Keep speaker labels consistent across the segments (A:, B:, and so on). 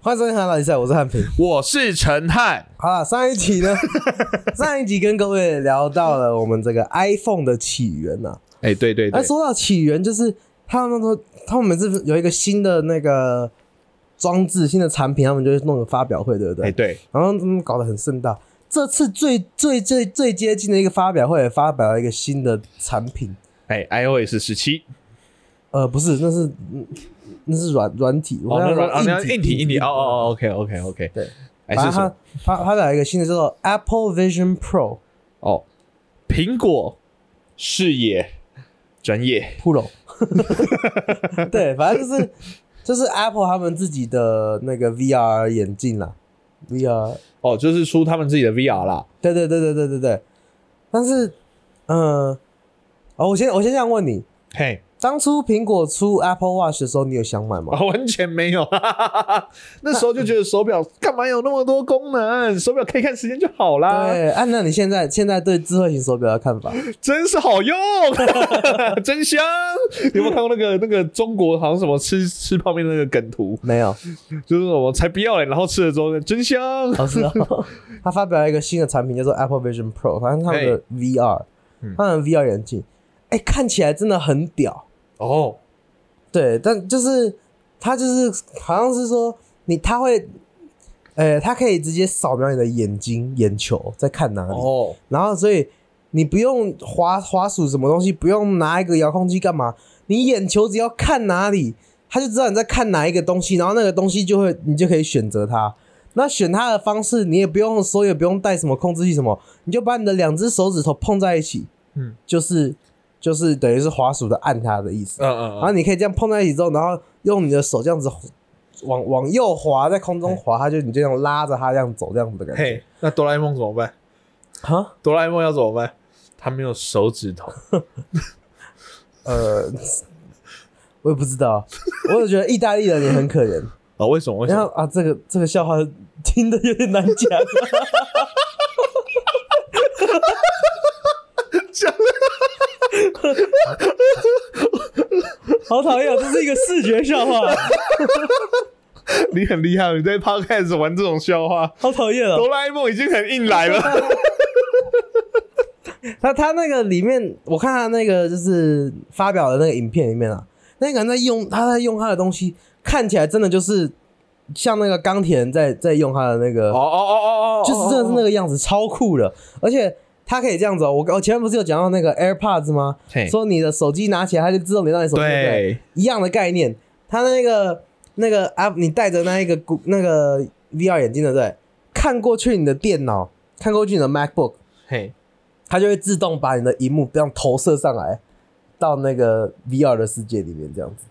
A: 欢迎收听《韩老比赛》，我是汉 平。
B: 我是陈汉，
A: 好了，上一集 呢，上一集跟各位聊到了我们这个 iPhone 的起源呐、啊。
B: 哎、对对
A: 那
B: 对，
A: 说到起源，就是他们说他们每次有一个新的那个装置、新的产品，他们就会弄个发表会，对不
B: 哎、
A: 对？
B: 对，
A: 然后他们搞得很盛大。这次最最最最接近的一个发表会，也发表了一个新的产品，
B: 哎、iOS 十七，
A: 呃，不是，那是嗯那是软软体，我
B: 哦，
A: 要
B: 那
A: 说
B: 软啊，那硬体硬体，哦哦哦，OK OK OK，
A: 对，
B: 哎、
A: 反
B: 是
A: 正
B: 什
A: 他
B: 么？
A: 他他来一个新的叫做 Apple Vision Pro
B: 哦，苹果视野专业，
A: Pro，对，反正就是就是 Apple 他们自己的那个 VR 眼镜啦，VR，
B: 哦，就是出他们自己的 VR 啦，
A: 对对对对对对对。但是，嗯，哦，我先我先这样问你，
B: 嘿，
A: 当初苹果出 Apple Watch 的时候，你有想买吗？
B: 哦、完全没有，哈 哈哈哈那时候就觉得手表干嘛有那么多功能，手表可以看时间就好啦，
A: 对，按、照你现在现在对智慧型手表的看法，
B: 真是好用， 真香！你有没有看过那个那个中国好像什么吃吃泡面的那个梗图？
A: 没有，
B: 就是我才不要嘞，然后吃了之后真香。
A: 哦，是哦， 他发表了一个新的产品，叫做 Apple Vision Pro，反正他们的 VR，
B: 嗯
A: 他们的 VR 眼镜，哎、看起来真的很屌。
B: 哦，
A: 对，但就是它就是好像是说你，它会，呃，它可以直接扫描你的眼睛、眼球在看哪里，
B: 哦，
A: 然后所以你不用滑滑鼠什么东西，不用拿一个遥控器干嘛，你眼球只要看哪里，它就知道你在看哪一个东西，然后那个东西就会你就可以选择它。那选它的方式，你也不用手也不用带什么控制器什么，你就把你的两只手指头碰在一起，
B: 嗯，
A: 就是就是等于是滑鼠的按它的意思。
B: 嗯嗯
A: 然后你可以这样碰在一起之后，然后用你的手这样子往往右滑，在空中滑，它就你就这样拉着它这样走这样子的感觉。
B: 嘿，那哆啦 A 梦怎么办？
A: 哈，
B: 哆啦 A 梦要怎么办？他没有手指头，
A: 呃， 我也不知道，我有觉得意大利人也很可 怜。
B: 哦，为什么？为什
A: 然后
B: 么？
A: 啊，这个这个笑话听的有点难讲。
B: 讲
A: 好讨厌哦，这是一个视觉笑话，
B: 你很厉害，你在 podcast 玩这种笑话。
A: 好讨厌哦。
B: 哆啦 A 梦已经很硬来了，
A: 他他那个里面，我看他那个就是发表的那个影片里面啊，那个人在用他在用他的东西，看起来真的就是像那个钢铁人在在用他的那个
B: 哦哦哦哦哦，
A: 就是真的是那个样子，超酷的。而且它可以这样子哦、我我前面不是有讲到那个 AirPods 吗？
B: 嘿
A: 说你的手机拿起来，它就自动连到你手机，对不对，
B: 对，
A: 一样的概念。它那个那个 App，你戴着那一个古那个 VR 眼镜，对不对？看过去你的电脑，看过去你的 MacBook，
B: 嘿，
A: 它就会自动把你的荧幕这样投射上来到那个 VR 的世界里面，这样子。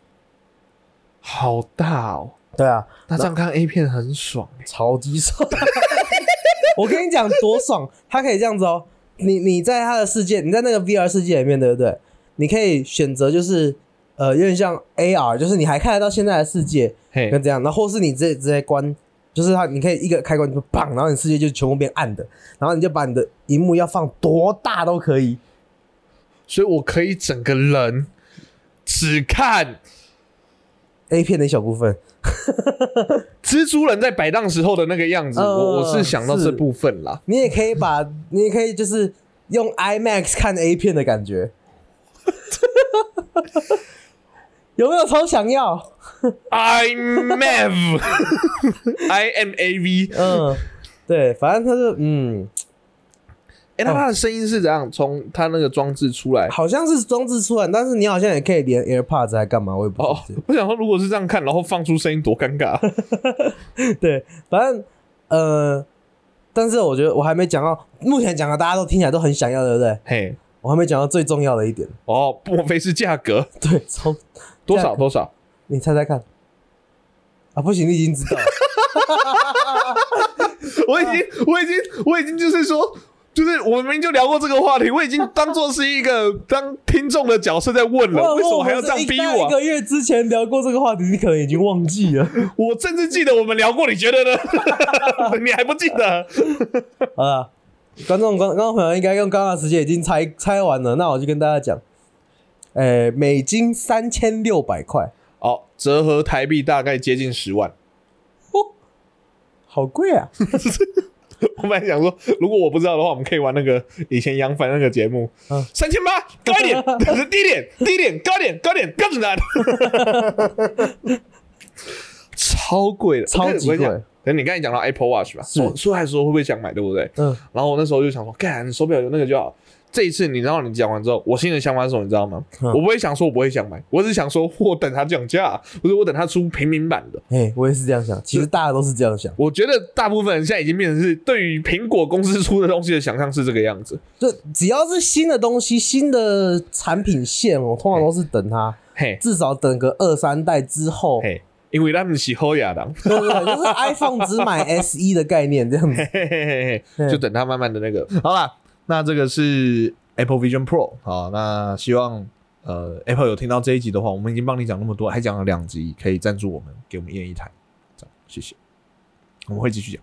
B: 好大哦。
A: 对啊，
B: 那这样看 A 片很爽欸
A: 超级爽。 我跟你讲多爽，它可以这样子哦。你你在它的世界，你在那个 VR 世界里面，对不对？你可以选择就是呃，有点像 AR，就是你还看得到现在的世界，
B: 嘿
A: 跟，这样，然后或是你直接直接关，就是它你可以一个开关就砰，然后你世界就全部变暗的，然后你就把你的荧幕要放多大都可以。
B: 所以我可以整个人只看
A: A 片的一小部分，
B: 蜘蛛人在摆荡时候的那个样子，
A: 呃
B: 我我是想到
A: 是
B: 这部分啦。
A: 你也可以把，你也可以就是用 IMAX 看 A 片的感觉，有没有超想要？
B: I'm Mav，I am A V。
A: 嗯，对，反正他就嗯，
B: 哎、那它的声音是怎样？从它那个装置出来？
A: 好像是装置出来，但是你好像也可以连 AirPods 来干嘛，我也不
B: 哦
A: 知道。，
B: 我想说，如果是这样看，然后放出声音，多尴 尬。
A: 对，反正呃，但是我觉得我还没讲到，目前讲的大家都听起来都很想要，对不对？
B: 嘿，
A: 我还没讲到最重要的一点，
B: 哦，莫非是价格
A: 对，从
B: 多
A: 价
B: 少
A: 格
B: 多少？
A: 你猜猜看啊，不行，你已经知道了，
B: 我已经，我已经，我已经，就是说，就是我明明就聊过这个话题，我已经当做是一个当听众的角色在问了，
A: 哇
B: 为什么还要
A: 我啊
B: 这
A: 们
B: 样
A: 是一
B: 逼
A: 大
B: 我
A: 一个月之前聊过这个话题，你可能已经忘记 了
B: 我甚至记得我们聊过，你觉得呢？ 你还不记得？
A: 啊。观众、观观众朋友应该用刚刚的时间已经猜猜完了，那我就跟大家讲，诶、美金三千六百块，
B: 哦，折合台币大概接近十万。
A: 哦，好贵啊！
B: 我本来想说，如果我不知道的话，我们可以玩那个以前杨凡那个节目，
A: 嗯
B: 三千八，高一点， 低一点，低一点，高一点，高一点，标准答案，超贵的，
A: 超级
B: 我跟你
A: 贵
B: 讲。可能你刚才讲到 Apple Watch 吧，说说还说会不会想买，对不对？
A: 嗯，
B: 然后我那时候就想说，干手表有那个就好。这一次你知道你讲完之后，我心里的想法是什么，你知道吗？
A: 嗯
B: 我不会想说我不会想买，我只是想说我等它降价，或者我等它出平民版的。
A: 哎，我也是这样想，其实大家都是这样想。
B: 我觉得大部分人现在已经变成是对于苹果公司出的东西的想象是这个样子。
A: 就只要是新的东西、新的产品线，我通常都是等它，
B: 嘿，
A: 至少等个二三代之后，
B: 嘿，因为他们是后亚当，
A: 对不对？就是 iPhone 只买 SE 的概念这样子。
B: 嘿嘿嘿嘿，
A: 嗯
B: 就等它慢慢的那个。好啦，那这个是 Apple Vision Pro 好，那希望呃 Apple 有听到这一集的话，我们已经帮你讲那么多，还讲了两集，可以赞助我们，给我们一人一台，这样谢谢，我们会继续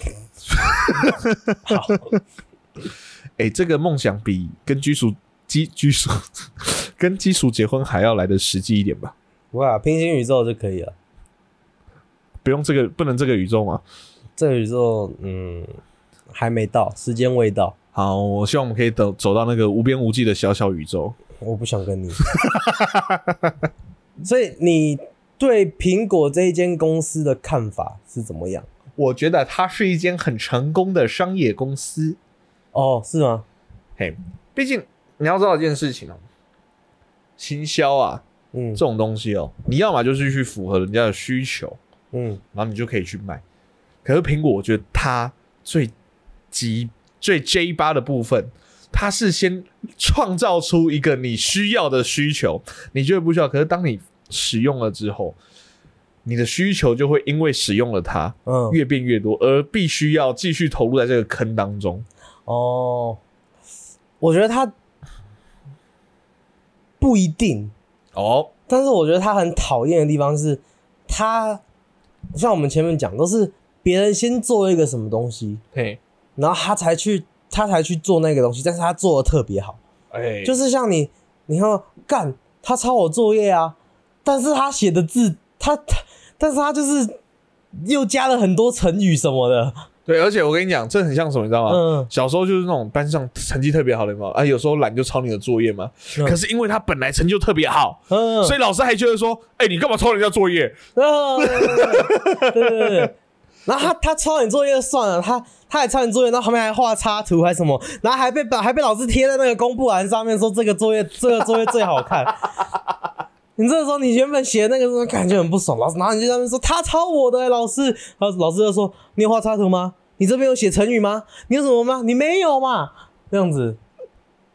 B: 讲。好， 哎、这个梦想比跟居属基居属 跟基属结婚还要来的实际一点吧？
A: 哇，平行宇宙就可以了。
B: 不用这个，不能这个宇宙吗？
A: 这个宇宙，嗯，还没到，时间未到。
B: 好，我希望我们可以走走到那个无边无际的小小宇宙。
A: 我不想跟你。所以你对苹果这一间公司的看法是怎么样？
B: 我觉得它是一间很成功的商业公司。
A: 哦，是吗？
B: 嘿，毕竟你要知道一件事情哦，行销啊
A: 嗯
B: 这种东西哦，你要么就是去符合人家的需求，
A: 嗯，
B: 然后你就可以去卖。可是苹果，我觉得它最极最 J 八的部分，它是先创造出一个你需要的需求，你觉得不需要，可是当你使用了之后，你的需求就会因为使用了它
A: 嗯，
B: 越变越多，而必须要继续投入在这个坑当中。
A: 哦，我觉得他不一定，
B: 哦，
A: 但是我觉得他很讨厌的地方是，他像我们前面讲，都是别人先做一个什么东西，
B: 嘿，
A: 然后他才去他才去做那个东西，但是他做的特别好。
B: 哎
A: 就是像你，你看干他抄我作业啊，但是他写的字，他他，但是他就是又加了很多成语什么的，
B: 对，而且我跟你讲，这很像什么，你知道吗？
A: 嗯，
B: 小时候就是那种班上成绩特别好的嘛，啊，有时候懒就抄你的作业嘛。
A: 嗯
B: 可是因为他本来成就特别好，
A: 嗯，
B: 所以老师还觉得说，哎、你干嘛抄人家作业？
A: 嗯对对对对。然后他他抄你作业就算了，他他还抄你作业，然后旁边还画插图还什么，然后还被还被老师贴在那个公布栏上面说这个作业这个作业最好看。 你这个时候你原本写的那个时候感觉很不爽，老师，然后你就在那边说他抄我的、老师，然后老师就说你有画插图吗？你这边有写成语吗？你有什么吗？你没有嘛？这样子，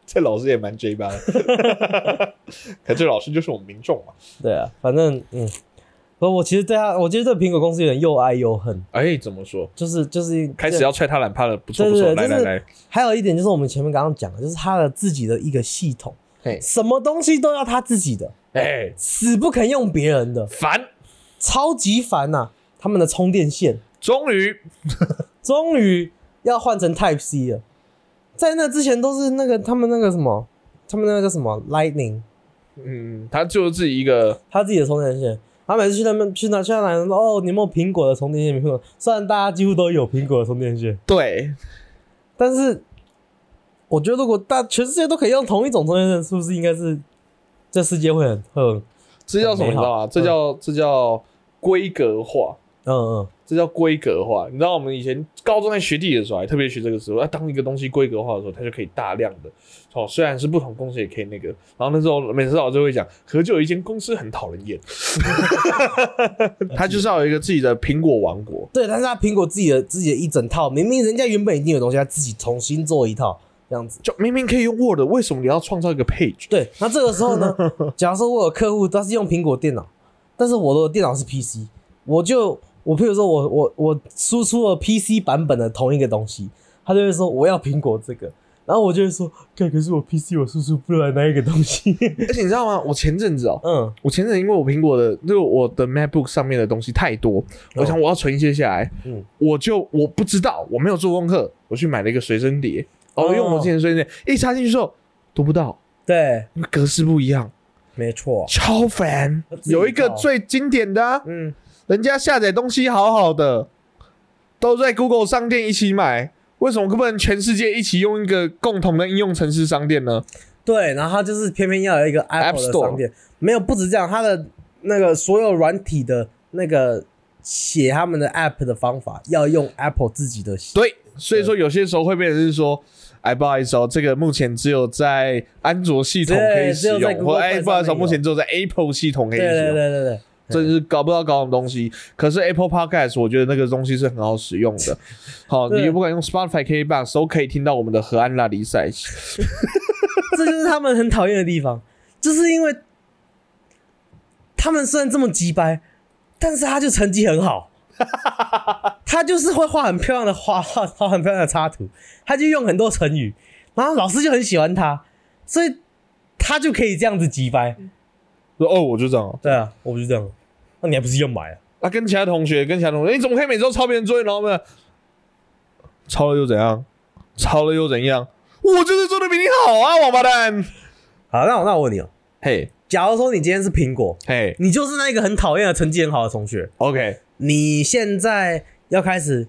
B: 这老师也蛮 J 吧的，可这老师就是我们民众嘛。
A: 对啊，反正嗯，不，我其实对他，我觉得对苹果公司有点又爱又恨，
B: 哎、怎么说？
A: 就是就是
B: 开始要踹他懒趴了，不错
A: 对
B: 不
A: 对
B: 错，
A: 对，
B: 来来
A: 就是
B: 来，
A: 还有一点就是我们前面刚刚讲的，就是他的自己的一个系统，
B: 嘿，
A: 什么东西都要他自己的，
B: 哎，
A: 死不肯用别人的，
B: 烦，
A: 超级烦呐、他们的充电线
B: 终于
A: 终于要换成 Type C 了，在那之前都是那个他们那个什么，他们那个叫什么 Lightning，
B: 嗯，他就是自己一个，
A: 他自己的充电线。他每次去那边去那去那哪说哦，你有没有苹果的充电线？没有，虽然大家几乎都有苹果的充电线，
B: 对，
A: 但是我觉得如果大全世界都可以用同一种充电线，是不是应该是这世界会很会很
B: 这叫什么？你知道吗？这叫这叫规格化。
A: 嗯嗯
B: 这叫规格化，你知道我们以前高中在学地理的时候，还特别学这个时候，啊，当一个东西规格化的时候，它就可以大量的哦，虽然是不同公司也可以那个。然后那时候每次老师就会讲，可就有一间公司很讨人厌，他就是要有一个自己的苹果王国。
A: 对，但是他苹果自己的自己的一整套，明明人家原本已经有东西，他自己重新做一套这样子。
B: 就明明可以用 Word，为什么你要创造一个 Page？
A: 对，那这个时 候呢，假如说我有客户他是用苹果电脑，但是我的电脑是 PC，我就我譬如说我我我输出了 PC 版本的同一个东西，他就会说我要苹果这个，然后我就会说，干可是我 PC 我输出不来那一个东西。
B: 而且你知道吗？我前阵子哦、
A: 嗯
B: 我前阵子因为我苹果的，就是我的 MacBook 上面的东西太多，我想我要存一些下来，
A: 哦嗯
B: 我就我不知道，我没有做功课，我去买了一个随身碟，哦，
A: 哦
B: 用我之前的随身碟，一插进去之后读不到，
A: 对，
B: 因为格式不一样，
A: 没错。
B: 超烦
A: 我。自己
B: 有一个
A: 搞
B: 最经典的啊、
A: 嗯，
B: 人家下载东西好好的，都在 Google 商店一起买，为什么不能全世界一起用一个共同的应用程式商店呢？
A: 对，然后它就是偏偏要有一个 Apple 的
B: Store
A: 商店，没有不止这样，它的那个所有软体的那个写他们的 App 的方法要用 Apple 自己的写，
B: 对，所以说有些时候会变成是说，哎，不好意思哦，这个目前只有在安卓系统可以
A: 对只
B: 使
A: 有在
B: 用，或
A: Google
B: 哎，
A: Play
B: 不好意思哦，
A: 上面有
B: 目前只有在 Apple 系统可以
A: 对对
B: 使用，
A: 对对对，
B: 真是搞不到搞懂东西。可是 Apple Podcast 我觉得那个东西是很好使用 的，好，
A: 对
B: 你不管用 Spotify、KBox 都可以听到我们的河岸拉力赛。
A: 这就是他们很讨厌的地方，就是因为他们虽然这么鸡掰，但是他就成绩很好，他就是会画很漂亮的画，画画很漂亮的插图，他就用很多成语，然后老师就很喜欢他，所以他就可以这样子鸡掰。
B: 说哦，我就这样哦。
A: 对啊，我不是这样，那你还不是要买啊？
B: 啊，跟其他同学，跟其他同学，你怎么可以每周抄别人作业？然后呢，抄了又怎样？抄了又怎样？我就是做的比你好啊，王八蛋！
A: 好，那我那我问你哦，
B: 嘿，
A: 假如说你今天是苹果，
B: 嘿。
A: 你就是那个很讨厌的成绩很好的同学，
B: OK，
A: 你现在要开始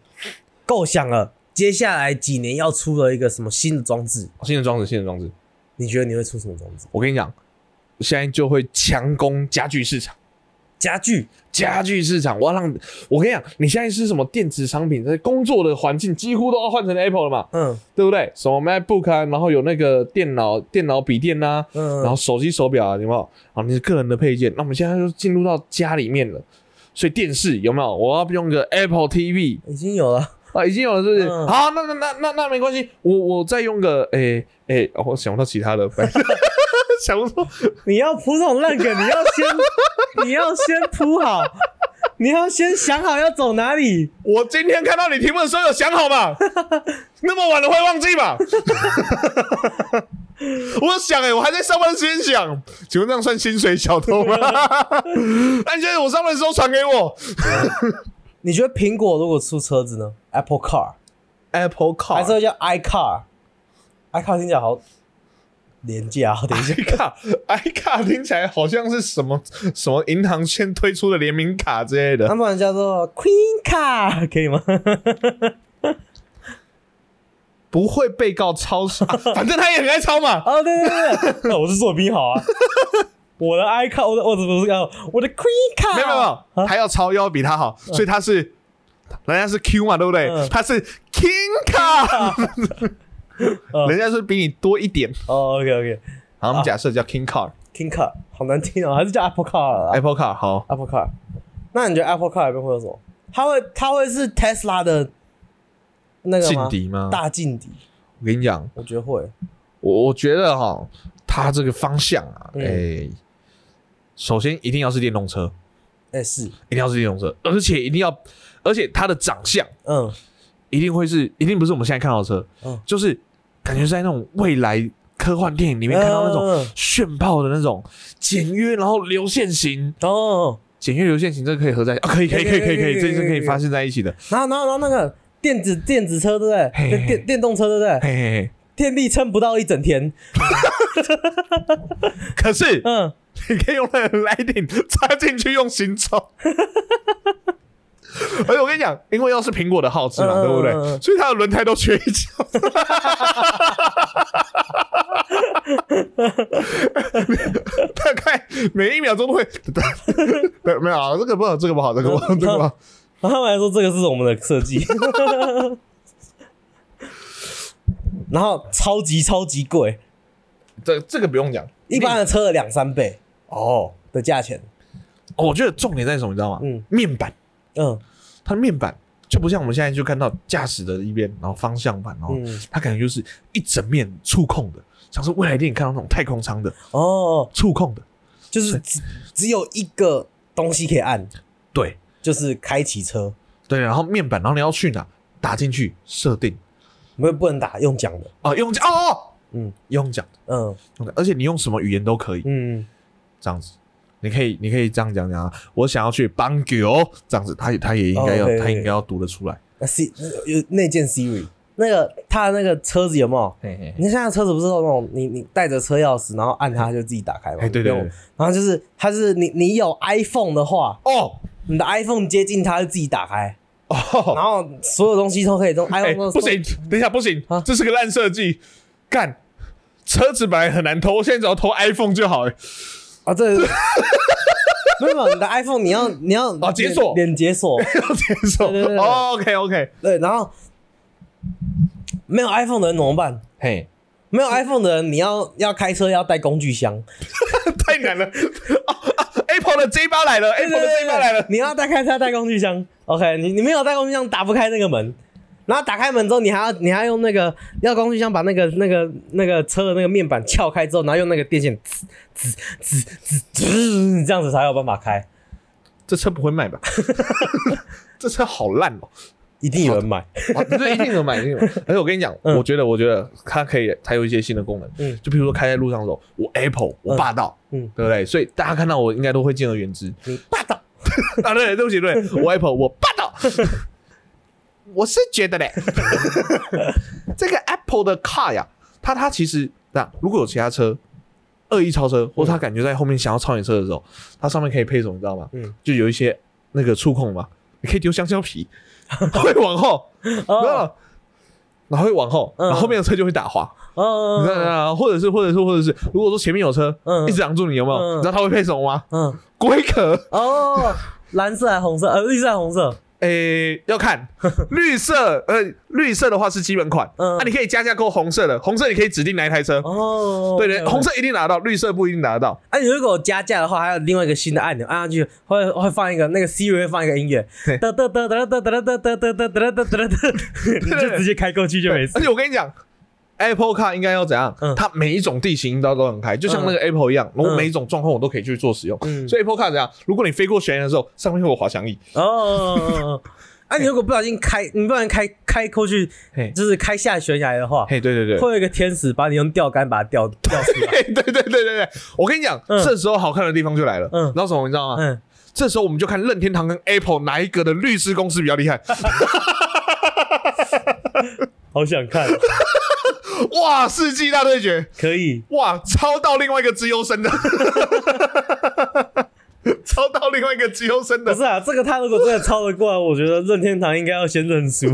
A: 构想了，接下来几年要出了一个什么新的装置？
B: 新的装置，新的装置，
A: 你觉得你会出什么装置？
B: 我跟你讲，现在就会强攻家具市场。
A: 家具？
B: 家具市场，我要让我跟你讲，你现在是什么电子商品，在工作的环境几乎都要换成 Apple 了嘛，
A: 嗯
B: 对不对？什么 MacBook 啊，然后有那个电脑、电脑笔电呐、
A: 嗯，
B: 然后手机、手表啊，有没有？啊，你是个人的配件，那我们现在就进入到家里面了。所以电视有没有？我要用个 Apple TV
A: 已经有了，
B: 啊，已经有了，是不是？
A: 嗯
B: 好，那那那那那没关系，我我再用个诶诶、哦我想不到其他的，反正 想不到
A: 你要铺这种烂梗，你要 先你要先铺好，你要先想好要走哪里。
B: 我今天看到你题目的时候有想好吗？那么晚了会忘记吧？我想哎、我还在上班的时间想，请问这样算薪水小偷吗？那你现在我上班的时候传给我
A: 你觉得苹果如果出车子呢？Apple Car。
B: Apple
A: 还是
B: Car，
A: 会叫 iCar，iCar 听起来好廉价哦。等一下，
B: iCar iCar 听起来好像是什么什么银行先推出的联名卡之类
A: 那
B: 的。
A: 不然叫做 Queen Car 可以 吗？
B: 不会被告抄袭、啊 反正他也很爱抄嘛。
A: 哦，对对对对，那我是做比 好啊。我的 iCar，我的我怎么是要我的 Queen Car？
B: 没有没有没有，他要抄又要比他好，所以他是人家是 Q 嘛，对不对？
A: 嗯
B: 他是 King 卡，
A: 嗯
B: 人家是比你多一点。
A: 哦，OK OK，King
B: 好，我们假设叫 King
A: 啊
B: Car，Apple
A: Car 好难听哦，还是叫 Apple Car 啊
B: Car 好，
A: ？Apple Car，那你觉得 Apple Car 里面会有什么？它会它会是 Tesla 的那个
B: 劲
A: 吗？
B: 敌吗？
A: 大劲敌，
B: 我跟你讲，
A: 我觉得会。
B: 我我觉得哈，他这个方向啊，
A: 嗯
B: 哎，首先一定要是电动车，
A: 哎，是，
B: 一定要是电动车，而且一定要，而且它的长相
A: 嗯
B: 一定会是，一定不是我们现在看到的车
A: 嗯，
B: 就是感觉在那种未来科幻电影里面看到那种
A: 嗯嗯嗯
B: 炫炮的那种简约，然后流线型，
A: 哦。
B: 简约流线型，这个可以合在啊，可以可以可以可以可以，这是可以发现在一起的。
A: 然后然后然后那个电子电子车对不
B: 嘿
A: 对？
B: 嘿
A: 电
B: 嘿
A: 电电动车对不对？
B: 嘿嘿
A: 电力撑不到一整天，
B: 嘿，可是
A: 嗯，
B: 你可以用那个 Lightning 插进去用行走。而且我跟你讲，因为要是苹果的号志嘛，
A: 嗯
B: 对不
A: 嗯
B: 对？
A: 嗯
B: 所以它的轮胎都缺一角。 大概每一秒钟都会，对，没有啊，这个不好，这个不好，这个不好，这个不
A: 嗯
B: 好。
A: 然后他们还说这个是我们的设计， 然后超级超级贵，
B: 这这个不用讲，
A: 一般的车的两三倍
B: 哦，
A: 的价钱，
B: 哦我觉得重点在什么，你知道吗？
A: 嗯
B: 面板，
A: 嗯
B: 它的面板就不像我们现在就看到驾驶的一边，然后方向盘，然后
A: 嗯，
B: 它感觉就是一整面触控的，像是未来电影看到那种太空舱的
A: 哦，
B: 触控的，
A: 就是只只有一个东西可以按，
B: 对
A: 就是开启车，
B: 对，然后面板，然后你要去哪打进去设定
A: 不不能打用讲的，
B: 啊、用讲哦哦，
A: 嗯
B: 用讲的
A: 嗯
B: 用讲，而且你用什么语言都可以，
A: 嗯，
B: 这样子。你可以，你可以这样讲讲啊！我想要去邦球，这样子，他也他也应该要，
A: 哦对对
B: 他应该要读得出来。
A: 那 C 有那件 Siri，那个他的那个车子有没有？
B: 嘿嘿
A: 你看现在车子不是都有那种你你带着车钥匙，然后按它就自己打开嘛？
B: 哎对对
A: 不用
B: 对
A: 然后就是它是你你有 iPhone 的话，
B: 哦，
A: 你的 iPhone 接近它就自己打开，然
B: 哦，
A: 后所有东西都可以用
B: 哎、
A: iPhone 都
B: 不行，等一下不行
A: 啊，
B: 这是个烂设计，干。车子本来很难偷，现在只要偷 iPhone 就好了。
A: 啊，这 没有没有你的 iPhone 你要你要
B: 哦解锁
A: 脸解锁，
B: 要接受
A: 对对对
B: ，OK OK，
A: 对，然后没有 iPhone 的人怎么办？
B: 嘿，
A: 没有 iPhone 的人，你要要开车要带工具箱，
B: 太难了。哦啊 Apple 的 J 八来了，Apple 的 J 八来了。
A: 你要带开车带工具箱，OK，你你没有带工具箱打不开那个门，然后打开门之后，你还要你还要用那个要工具箱把那个那个那个车的那个面板撬开之后，然后用那个电线滋滋滋滋滋这样子才有办法开，
B: 这车不会卖吧？ 这车好烂哦、
A: 一定有人买，
B: 啊，对，一定有买，一定有买。而且我跟你讲，
A: 嗯
B: 我觉得，我觉得它可以，它有一些新的功能。
A: 嗯
B: 就比如说开在路上的时候，我 Apple 我霸道，
A: 嗯
B: 对不对？所以大家看到我应该都会敬而远之。
A: 你霸道，
B: 啊，对，对不起，对不起，我 Apple 我霸 道。我是觉得嘞，这个 Apple 的 car 呀，它它其实那如果有其他车恶意超车，或者他感觉在后面想要超你车的时候，它上面可以配什么，你知道吗？
A: 嗯，
B: 就有一些那个触控嘛，你可以丢香 蕉皮，它会往后。
A: 哦
B: 那然后会往后，
A: 嗯
B: 然后后面的车就会打滑，你知道
A: 哦
B: 吗？或者是，或者是，或者是，如果说前面有车
A: 嗯
B: 一直挡住你，有没有？
A: 嗯
B: 你知道它会配什么吗？
A: 嗯
B: 龟壳，
A: 哦，蓝色还红色，呃，绿色还红色，
B: 诶，要看绿色，呃，绿色的话是基本款，
A: 嗯
B: 啊，你可以加价购红色的，红色你可以指定哪一台车，
A: 哦，
B: 对对，红色一定拿得到，绿色不一定拿得到，
A: 啊，你如果加价的话，还有另外一个新的按钮，按上去会会放一个那个 Siri 会放一个音乐，
B: 对
A: 哒哒哒哒哒哒哒哒哒哒哒哒哒哒，你就直接开过去就没事
B: 而。且我跟你讲。Apple Car 应该要怎样？
A: 嗯
B: 它每一种地形都都很开，就像那个 Apple 一样，我每一种状况我都可以去做使用。
A: 嗯，
B: 所以 Apple Car 怎样？如果你飞过悬崖的时候，上面会有滑翔翼，
A: 哦哦，哦哦啊，你如果不小心开，你不小心开开过去，
B: 嘿，
A: 就是开下悬崖的话，
B: 嘿，对对对，
A: 会有一个天使把你用钓竿把它钓钓出来。
B: 对对对对对对，我跟你讲，
A: 嗯
B: 这时候好看的地方就来了。
A: 嗯
B: 嗯，知道什么？你知道吗？
A: 嗯，
B: 这时候我们就看任天堂跟 Apple 哪一个的律师公司比 较厉害。
A: 好想看，
B: 哇，世纪大对决！
A: 可以。
B: 哇，超到另外一个资优 生的，超到另外一个资优生
A: 不
B: 的。
A: 是啊，这个他如果真的超得过来，我觉得任天堂应该要先认输，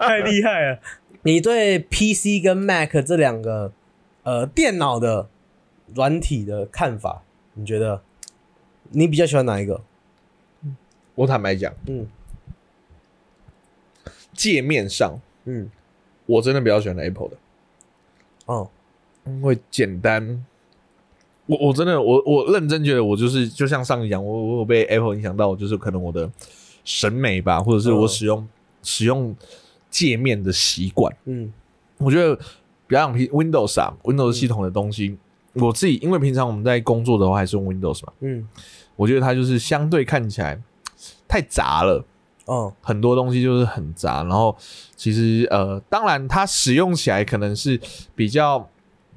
A: 太厉害了。你对 PC 跟 Mac 这两个呃电脑的软体的看法，你觉得你比较喜欢哪一个？
B: 我坦白讲，
A: 嗯
B: 界面上
A: 嗯
B: 我真的比较喜欢 Apple 的，
A: 哦
B: 因为简单。我我真的我我认真觉得我就是就像上一讲，我我有被 Apple 影响到，就是可能我的审美吧，或者是我
A: 嗯
B: 使用、使用界面的习惯。
A: 嗯
B: 我觉得比较像 P- Windows 啊，Windows 系统的东西，我自己因为平常我们在工作的话还是用 Windows 嘛，
A: 嗯
B: 我觉得它就是相对看起来太杂了。
A: 哦
B: 很多东西就是很杂，然后其实呃，当然它使用起来可能是比较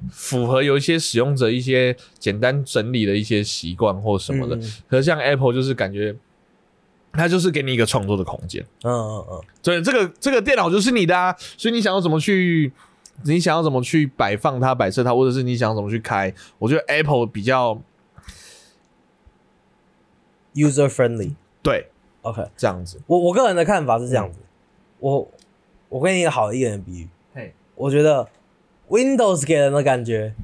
B: 符合有一些使用者一些简单整理的一些习惯或什么的。
A: 嗯
B: 可是像 Apple 就是感觉它就是给你一个创作的空间，
A: 嗯嗯嗯
B: 所以这个这个电脑就是你的啊，所以你想要怎么去，你想要怎么去摆放它、摆设它，或者是你想要怎么去开，我觉得 Apple 比较
A: ，user friendly。
B: 对
A: OK，
B: 这样子。
A: 我我个人的看法是这样子，我我给你一个好一点的比喻，
B: 嘿，
A: 我觉得 Windows 给人的感觉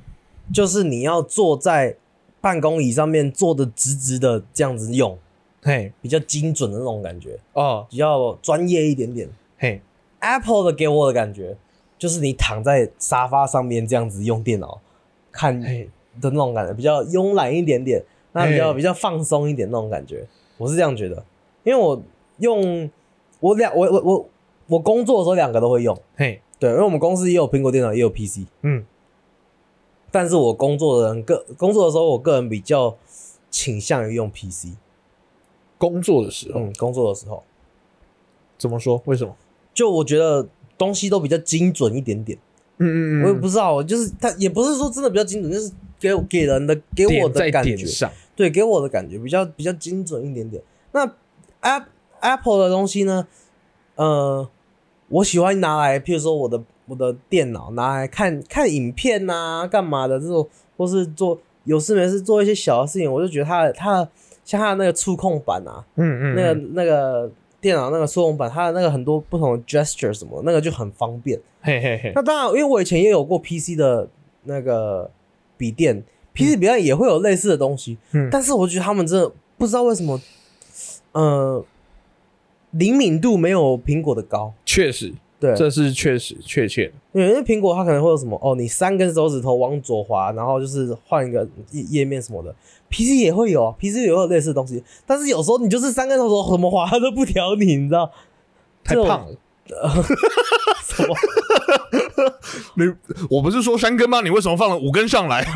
A: 就是你要坐在办公椅上面坐的直直的这样子用，
B: 嘿，
A: 比较精准的那种感觉，
B: 哦，
A: 比较专业一点点。
B: 嘿，
A: Apple 的给我的感觉就是你躺在沙发上面这样子用电脑看的
B: 嘿，
A: 那种感觉，比较慵懒一点点，那比较
B: 嘿
A: 比较放松一点那种感觉，我是这样觉得，因为我用我两我我我我工作的时候两个都会用。
B: 嘿，
A: 对，因为我们公司也有苹果电脑，也有 PC，
B: 嗯，
A: 但是我工作的人个工作的时候，我个人比较倾向于用 PC。
B: 工作的时候、
A: 嗯，工作的时候，
B: 怎么说？为什么？
A: 就我觉得东西都比较精准一点点。
B: 嗯
A: 我也不知道，就是它也不是说真的比较精准，就是给我给人的给我
B: 点
A: 的
B: 在
A: 感
B: 点
A: 觉，
B: 上，
A: 对，给我的感觉比较比较精准一点点。那 App Apple 的东西呢？呃，我喜欢拿来，譬如说我的我的电脑拿来看看影片呐、干嘛的这种，或是做有事没事做一些小的事情，我就觉得它的它的像它的那个触控板啊，
B: 嗯嗯
A: 那个那个电脑那个触控板，它的那个很多不同的 gesture 什么，那个就很方便。
B: 嘿嘿嘿，
A: 那当然，因为我以前也有过 PC 的那个笔电，PC 笔电也会有类似的东西，
B: 嗯
A: 但是我觉得他们真的不知道为什么，呃，灵敏度没有苹果的高。
B: 确实，
A: 对，
B: 这是确实确切的。
A: 因为苹果它可能会有什么哦，你三根手指头往左滑，然后就是换一个页页面什么的。PC 也会有啊，PC 也会有类似的东西，但是有时候你就是三根手指头怎么滑它都不调你，你知道？
B: 太
A: 这种
B: 胖了。
A: 什么？
B: 你我不是说三根吗？你为什么放了五根 上来？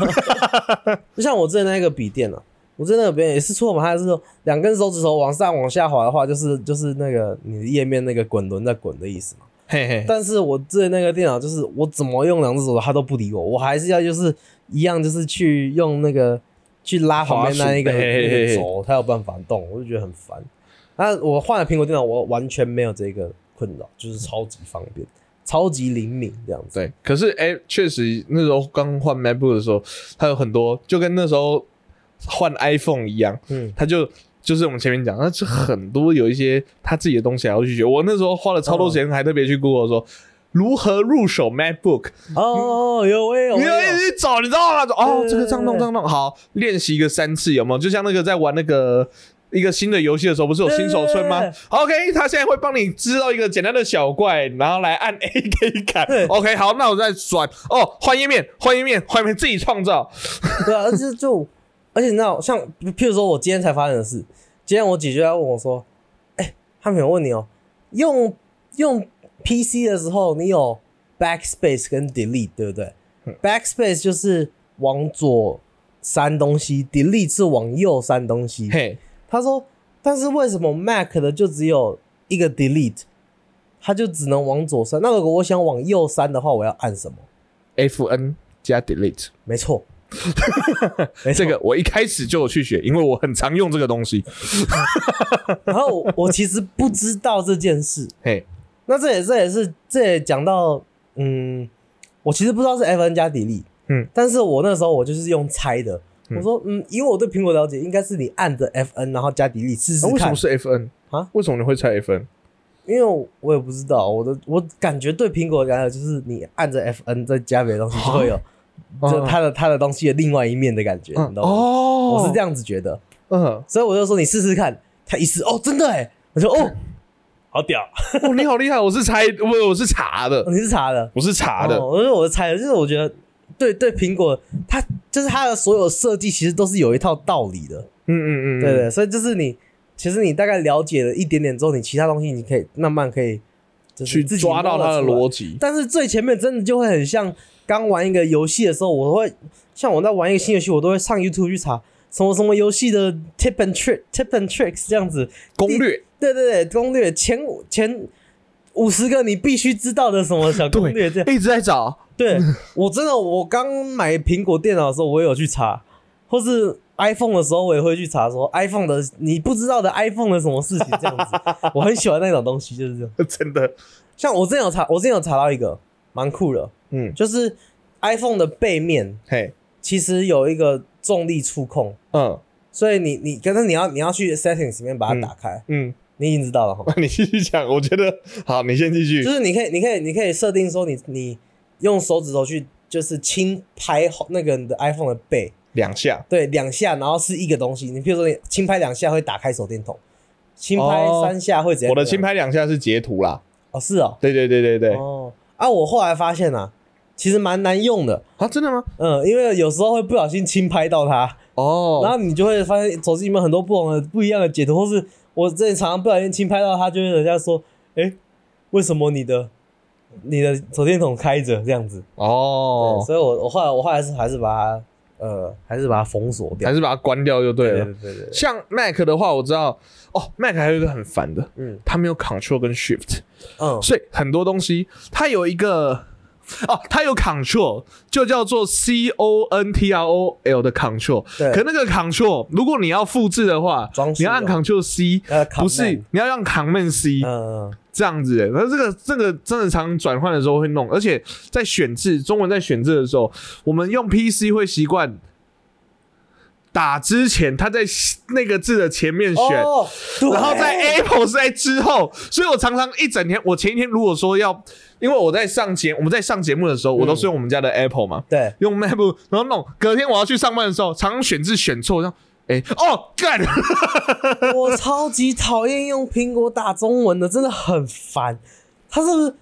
A: 就像我之前那个笔电啊，我之前那个笔电也是错嘛，它是说两根手指头往上往下滑的话，就是就是那个你的页面那个滚轮在滚的意思嘛。
B: 嘿嘿，
A: 但是我之前那个电脑就是我怎么用两只手指头它都不理我，我还是要就是一样就是去用那个去拉旁边那一个
B: 滑鼠嘿嘿
A: 那
B: 嘿
A: 个轴，它有办法动，我就觉得很烦。那我换了苹果电脑，我完全没有这个困扰，就是超级方便，超级灵敏这样子。
B: 对，可是哎，确、实那时候刚换 MacBook 的时候，它有很多，就跟那时候换 iPhone 一样，
A: 嗯，
B: 它就就是我们前面讲，它是很多有一些他自己的东西还要去学。我那时候花了
A: 嗯
B: 超多时间，还特别去 Google 说。如何入手 MacBook？
A: 哦，有我也有，我
B: 你
A: 也
B: 要
A: 有
B: 一直找，你知道吗？哦，
A: 对
B: 这个这样弄，
A: 对对
B: 这样弄，好，练习个三次，有没有？就像那个在玩那个一个新的游戏的时候，不是有新手村吗
A: 对对对
B: ？OK，他现在会帮你知道一个简单的小怪，然后来按 A 可以改
A: 对。
B: OK，好，那我再转哦，换页面，换页面，换页面，自己创造。
A: 对啊，而且就，而且你知道，像譬如说，我今天才发生的事，今天我姐就在问我说：“哎、他汉平，我问你哦、用用 PC 的时候，你有 backspace 跟 delete 对不对？backspace 就是往左删东西，delete 是往右删东西。
B: 嘿，
A: 他说，但是为什么 Mac 的就只有一个 delete，它就只能往左删？那如果我想往右删的话，我要按什么？
B: Fn 加 delete，
A: 没错，没错
B: 这个我一开始就有去学，因为我很常用这个东西。
A: 然后我我其实不知道这件事。
B: 嘿，
A: 那这也这也是这也讲到，嗯，我其实不知道是 F N 加迪力，
B: 嗯，
A: 但是我那时候我就是用猜的。
B: 嗯
A: 我说，嗯，以我对苹果了解，应该是你按着 F N，然后加迪力试试
B: 那为什
A: 看
B: 么。是 Fn
A: 啊？
B: 为什么你会猜 Fn？
A: 因为我也不知道，我的我感觉对苹果的了解就是你按着 F N 再加别的东西，就会有就它的它的东西的另外一面的感觉，你
B: 哦嗯
A: 知道吗？
B: 哦，
A: 我是这样子觉得，
B: 嗯。
A: 所以我就说你试试看。他一试，哦，真的哎，我说哦，好屌，
B: 哦，你好厉害！我是猜，我我是查的，
A: 你是查的。
B: 我是查的。
A: 哦，我是我的猜的，就是我觉得对对苹果，它就是它的所有设计其实都是有一套道理的，
B: 嗯嗯嗯，
A: 对对，所以就是你其实你大概了解了一点点之后，你其他东西你可以慢慢可以就是
B: 去
A: 自己
B: 抓到
A: 摸
B: 它
A: 得
B: 的
A: 出来
B: 逻辑。
A: 但是最前面真的就会很像刚玩一个游戏的时候，我会像我在玩一个新游戏，我都会上 YouTube 去查什么什么游戏的 tip and trick tip and tricks 这样子，
B: 攻略，
A: 对对对，攻略前五前五十个你必须知道的什么小攻略这样。
B: 一直 在找。
A: 对我真的，我刚买苹果电脑的时候，我也有去查，或是 iPhone 的时候，我也会去查说 iPhone 的你不知道的 iPhone 的什么事情这样子。我很喜欢那种东西，就是这样。
B: 真的，
A: 像我之前有查，我之前有查到一个蛮酷的，
B: 嗯，
A: 就是 iPhone 的背面
B: 嘿，
A: 其实有一个重力触控，
B: 嗯
A: 所以你你，可是你要你要去 settings 里面把它打开，
B: 嗯，
A: 你已经知道了哈。
B: 你继续讲，我觉得好，你先继续
A: 就。是你可以，你可以，你可以设定说你你用手指头去就是轻拍那个你的 iPhone 的背，
B: 两下，
A: 对，两下，然后是一个东西。你譬如说，你轻拍两下会打开手电筒，轻拍
B: 哦
A: 三下会怎样？
B: 我的轻拍两下是截图啦。
A: 啊哦，是哦，
B: 对对对对对，
A: 哦啊，我后来发现啊，其实蛮难用的，
B: 啊，真的吗？
A: 嗯，因为有时候会不小心轻拍到它，然
B: 哦，
A: 后你就会发现手机里面很多不同的不一样的解读，或是我之前常常不小心轻拍到它，就会人家说，哎，为什么你的你的手电筒开着这样子？对，
B: 哦，
A: 所以我我后来我后来是还是把它呃还是把它封锁掉
B: 还。是把它关掉就对
A: 对
B: 了
A: 对。对对，对
B: 像 Mac 的话，我知道哦，Mac 还有一个很烦的，
A: 嗯
B: 它没有 Control 跟 Shift。
A: 嗯，
B: 所以很多东西它有一个哦，它有 control，就叫做 C O N T R O L 的 control。
A: 对
B: 可那个 control，如果你要复制的话
A: 装，饰哦
B: 你要
A: 用
B: 按 control C，
A: 呃
B: 不是
A: Command
B: 你要按 Command C、
A: 嗯，
B: 这样子的。那这个这个真的常转换的时候会弄，而且在选字中文在选字的时候，我们用 PC 会习惯打之前，它在那个字的前面选，
A: 哦，对
B: 然后在 Apple 是在之后，所以我常常一整天，我前一天如果说要，因为我在上节我们在上节目的时候，我都是用我们家的 Apple 嘛，
A: 对，
B: 用 MacBook，然后弄，隔天我要去上班的时候，常常选字选错，像哎、哦干，
A: 我超级讨厌用苹果打中文的，真的很烦。它是不是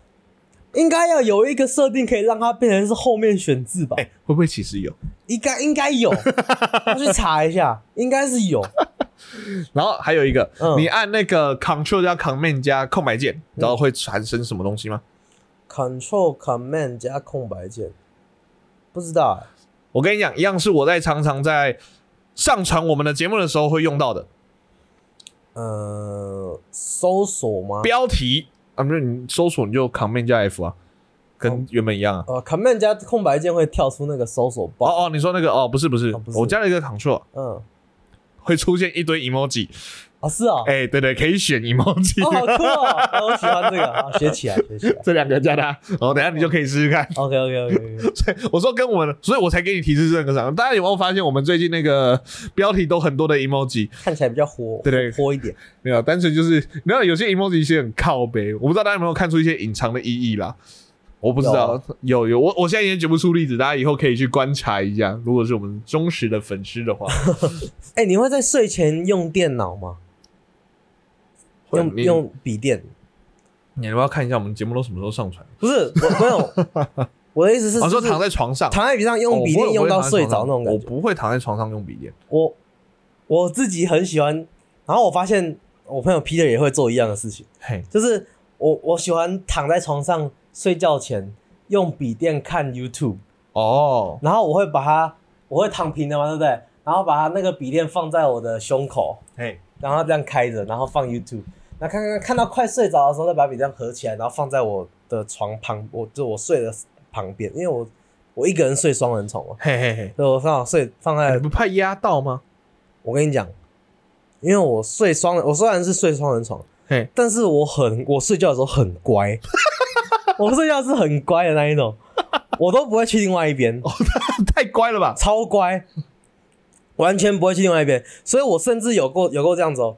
A: 应该要有一个设定，可以让它变成是后面选字吧？
B: 哎、会不会其实有？
A: 应该应该有， 我去查一下，应该是有。
B: 然后还有一个，
A: 嗯
B: 你按那个 Control 加 Command 加空白键，然后会产生什么东西吗？
A: Control Command 加空白键，不知道、欸。
B: 我跟你讲，一样是我在常常在上传我们的节目的时候会用到的
A: 呃，搜索吗？
B: 标题啊，不是你搜索你就 Command 加 F 啊，跟原本一样啊。
A: 呃，Command 加空白键会跳出那个搜索包。
B: 哦哦，你说那个哦，不是不是，
A: 哦不是
B: 我加了一个 Control，
A: 嗯，
B: 会出现一堆 emoji，
A: 啊是啊、
B: 哎、对对，可以选 emoji，、
A: 哦，好酷哦，哦我喜欢这个，好学起来，学起来。
B: 这两个加它，然后等一下你就可以试试看。
A: OK OK OK，,
B: 对，我说跟我们，所以我才给你提示这个啥。大家有没有发现我们最近那个标题都很多的 emoji？
A: 看起来比较活
B: 对对
A: 活泼一点。
B: 没有，单纯就是，你知道有些 emoji 是很靠背，我不知道大家有没有看出一些隐藏的意义啦。我不知道，有有啊我我现在也举不出例子，大家以后可以去观察一下。如果是我们忠实的粉丝的话，
A: 哎、你会在睡前用电脑吗？
B: 会
A: 用
B: 你
A: 用笔电？
B: 你要不要看一下我们节目都什么时候上传？
A: 不是，我没有。 我的意思是，
B: 我、哦说
A: 就是
B: 躺在床上，
A: 躺在笔上
B: 哦
A: 用笔电
B: 我不会
A: 用到
B: 我不会
A: 睡着那种
B: 躺在床上
A: 感
B: 我
A: 觉。
B: 不会躺在床上用笔电。
A: 我我自己很喜欢，然后我发现我朋友 Peter 也会做一样的事情，
B: 嘿，
A: 就是我我喜欢躺在床上睡觉前用笔电看 YouTube，
B: 哦，
A: 然后我会把它，我会躺平的嘛，对不对？然后把它那个笔电放在我的胸口，
B: 嘿，
A: 然后这样开着，然后放 YouTube，那看看看到快睡着的时候，再把笔这样合起来，然后放在我的床旁，我就我睡的旁边，因为我我一个人睡双人床嘛，
B: 嘿嘿嘿，
A: 所以我刚好睡放在
B: 你不怕压到吗？
A: 我跟你讲，因为我睡双人，我虽然是睡双人床，
B: 嘿，
A: 但是我很我睡觉的时候很乖，我睡觉是很乖的那一种，我都不会去另外一边，
B: 太乖了吧？
A: 超乖，完全不会去另外一边。所以我甚至有过有过这样子哦，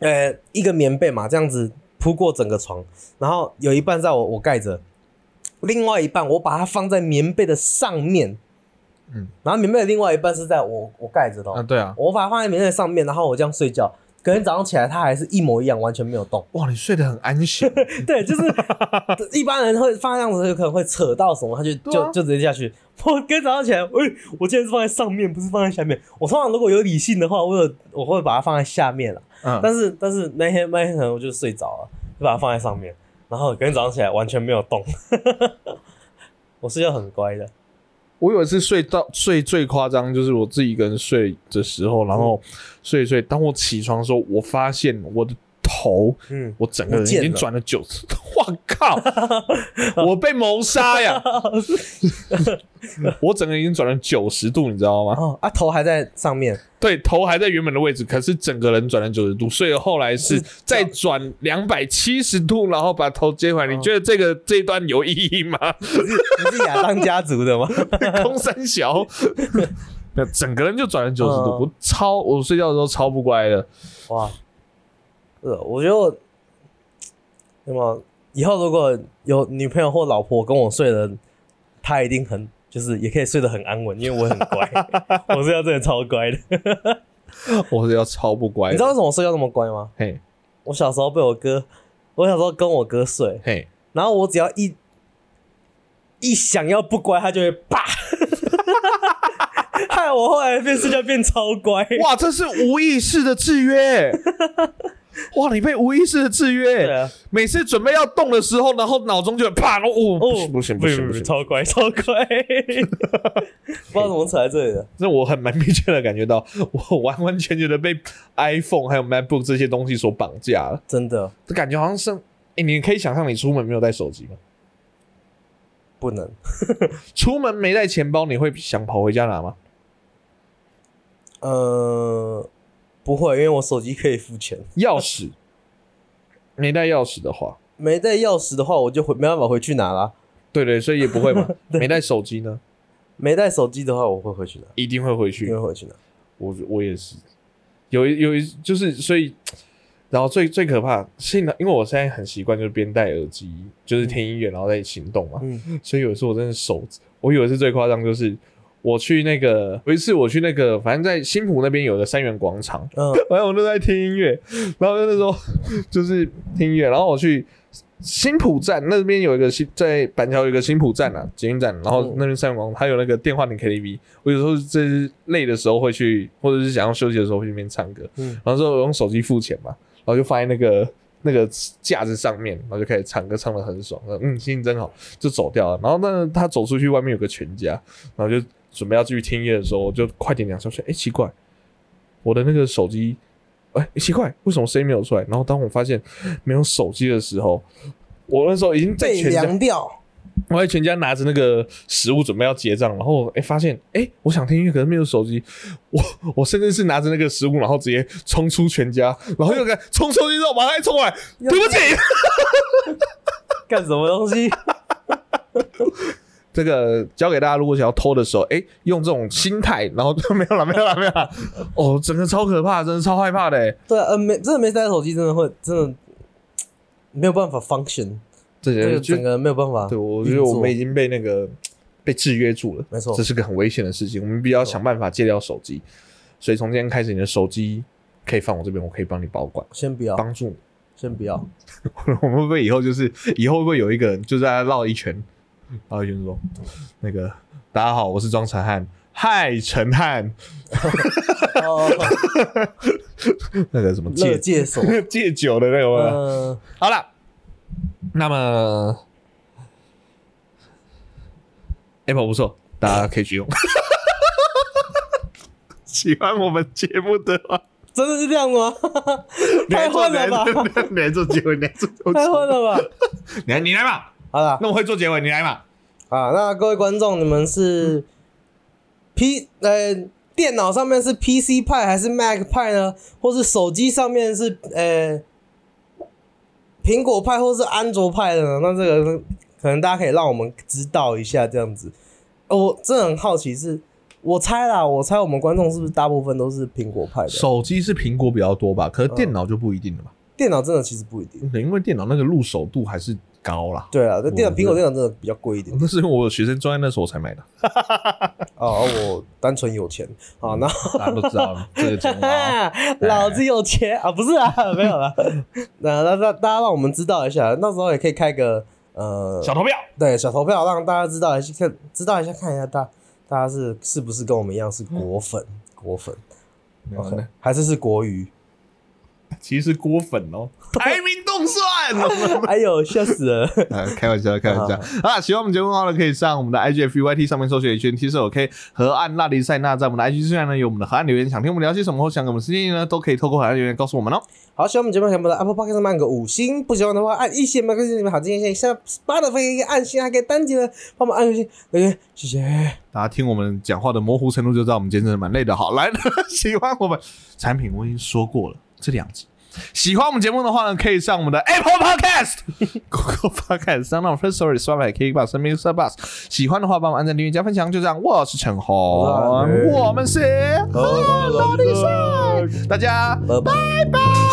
A: 呃，一个棉被嘛，这样子铺过整个床，然后有一半在我我盖着，另外一半我把它放在棉被的上面，
B: 嗯，
A: 然后棉被的另外一半是在我我盖着的、哦
B: 啊，对啊，
A: 我把它放在棉被上面，然后我这样睡觉，隔天早上起来它还是一模一样，完全没有动。
B: 哇，你睡得很安 详。
A: 对，就是一般人会放这样子，有可能会扯到什么，他就、
B: 对啊
A: 就就直接下去。我跟早上起来，喂、我今天是放在上面，不是放在下面。我通常如果有理性的话，我有我会把它放在下面了。啊
B: 嗯，
A: 但是但是那天那天可能我就睡着了，就把它放在上面，然后隔天早上起来完全没有动。 我睡觉很乖的，
B: 我有一次睡到睡最夸张，就是我自己一个人睡的时候，然后睡一睡，当我起床的时候，我发现我的头，
A: 嗯，
B: 我整个人
A: 不
B: 已
A: 见了
B: 经转了九 十，我 靠，我被谋杀呀！ 我整个人已经转了九十度，你知道吗？
A: 哦啊，头还在上面，
B: 对，头还在原本的位置，可是整个人转了九十度，所以后来是
A: 是
B: 再转两百七十度，然后把头接
A: 哦
B: 回来。你觉得这个这一段有意义 吗？
A: 你是亚当家族的吗？
B: 空三 小，没有整个人就转了九十度，
A: 嗯
B: 我超我睡觉的时候超不乖的。
A: 哇，呃，我觉得我那么以后如果有女朋友或老婆跟我睡的，她一定很就是也可以睡得很安稳，因为我很乖，我睡觉真的超乖的。
B: 我睡觉超不乖
A: 哦
B: 的。
A: 你知道为什么我睡觉那么乖吗？
B: 嘿，
A: 我小时候被我哥，我小时候跟我哥睡，
B: 嘿，
A: 然后我只要一一想要不乖，他就会啪， 害我后来变睡觉变超乖。
B: 哇，这是无意识的制 约。哇，你被无意识的制
A: 对
B: 约，
A: 啊，
B: 每次准备要动的时候，然后脑中就啪，然后哦，不
A: 哦，
B: 行不行不行不行，
A: 超乖超乖，不知道怎么扯在这里的。
B: 那我很蛮明确的感觉到， 我完完全全的被 iPhone 还有 MacBook 这些东西所绑架了，
A: 真的
B: 这感觉好像是，哎，你可以想象你出门没有带手机吗？
A: 不能。
B: 出门没带钱包，你会想跑回家拿吗？
A: 呃，不会，因为我手机可以付钱。
B: 钥匙，没带钥匙的话，
A: 没带钥匙的话，我就回没办法回去拿啦。
B: 对对，所以也不会嘛。没带手机呢？
A: 没带手机的话，我会回去拿，
B: 一定会回去
A: 一定。会回去拿。
B: 我我也是，有一有一就是所以，然后最最可怕，现在因为我现在很习惯就是边戴耳机就是听音乐然后再行动嘛，
A: 嗯
B: 所以有一次我真的手，我有一次最夸张就是我去那个有一次我去那个反正在新浦那边有个三元广场，
A: 嗯
B: 反正我就在听音乐，然后那时候就是听音乐，然后我去新浦站那边有一个新在板桥有一个新浦站啊，捷运站，然后那边三元广场它有那个电话亭 KTV，我有时候就是累的时候会去，或者是想要休息的时候会去那边唱歌，
A: 嗯
B: 然后之后我用手机付钱嘛，然后就放在那个那个架子上面，然后就开始唱歌，唱的很爽，嗯，心情真好，就走掉了。然后那他走出去外面有个全家，然后就准备要继续听音乐的时候，我就快点量消息，哎、奇怪，我的那个手机，哎、奇怪，为什么声音没有出来？然后当我发现没有手机的时候，我那时候已经在
A: 被
B: 全家
A: 凉掉，
B: 我在全家拿着那个食物准备要结账，然后哎、诶发现哎、诶我想听音乐，可是没有手机，我我甚至是拿着那个食物，然后直接冲出全家，然后又看冲出去之后马上再冲回来，对不起，
A: 干什么东西？
B: 这个教给大家，如果想要偷的时候，哎、用这种心态，然后就没有了，没有了，没有了，哦，整个超可怕，真的超害怕的、欸诶
A: 对啊，呃，没真的没带手机，真的会真的没有办法 function，这
B: 这人
A: 个
B: 就
A: 整个没有办法。
B: 对我觉得我们已
A: 运作
B: 经被那个被制约住了，
A: 没错
B: 这是个很危险的事情，我们必须要想办法戒掉手机，所以从今天开始，你的手机可以放我这边，我可以帮你保管。
A: 先不要，
B: 帮助你。
A: 先不要，
B: 我们会不会以后就是以后会不会有一个人就在那绕一圈，绕一圈说那个大家好，我是庄成汉，嗨陈汉，
A: 哦，
B: 那个什么
A: 乐
B: 戒
A: 界所，
B: 戒 酒的那个吗？
A: 嗯，
B: 好了，那么 Apple 不错，大家可以去用。 喜欢我们节目的 话，
A: 真的是这样吗？ 太混了吧，
B: 吧！ 你来做结尾，你来做，
A: 太混了吧！
B: 你来你来嘛，
A: 好啦，
B: 那我会做结尾，你来嘛。
A: 啊，那各位观众，你们是 P 呃电脑上面是 PC 派还是 Mac 派呢？或是手机上面是呃苹果派或是安卓派的呢？那这个可能大家可以让我们知道一下，这样子。哦我真的很好奇是，我猜啦，我猜我们观众是不是大部分都是苹果派的？
B: 手机是苹果比较多吧，可是电脑就不一定了吧？
A: 电脑真的其实不一定。
B: 因为电脑那个入手度还是高啦。
A: 对啊，那电脑
B: 我觉
A: 苹
B: 得
A: 果电脑真的比较贵一点。
B: 那是因为我有学生专业那时候我才 买的，
A: 哦，我单纯有钱。好，那
B: 大家都知道了这个节 目啊。
A: 老子有钱啊！不是啊， 没有啦。那那那大家让我们知道一下，到时候也可以开个呃，
B: 小投票，
A: 对小投票，让大家知道一下，看知道一下，看一下大大家是是不是跟我们一样是果粉，果粉，OK，还
B: 嗯
A: 是是国语？
B: 其实是锅粉哦，排名动算。
A: 哎呦，吓死人！
B: 啊， 开玩笑，开玩笑啊！喜欢我们节目的话呢，可以上我们的 IGFUYT 上面搜寻 HNT 是 OK 河岸拉力塞纳，在我们的 IG 上面呢有我们的河岸留言，想听我们聊些什么或想给我们建议呢，都可以透过河岸留言告诉我们哦。
A: 好，喜欢我们节目，可以帮我们的 Apple Podcast 上面按个五星，不喜欢的话按一星，没关系，你们好，今天现在 Spotify 可以按星，还可以单击的帮我们按个星，留言，谢谢。
B: 大家听我们讲话的模糊程度就知道我们今天真的蛮累的。好，来，喜欢我们产品，我已经说过了这两集。喜欢我们节目的话呢，可以上我们的 Apple Podcast、Google Podcast、Sound On、First Story、Spotify、KKBox、Mixer Box。喜欢的话，帮我们按赞、订阅、加分享。就这样，我是陈红，
A: 我是阿雷
B: 我们是
A: 啊哎好
B: 哈罗力赛，大家
A: 拜拜。
B: 拜拜。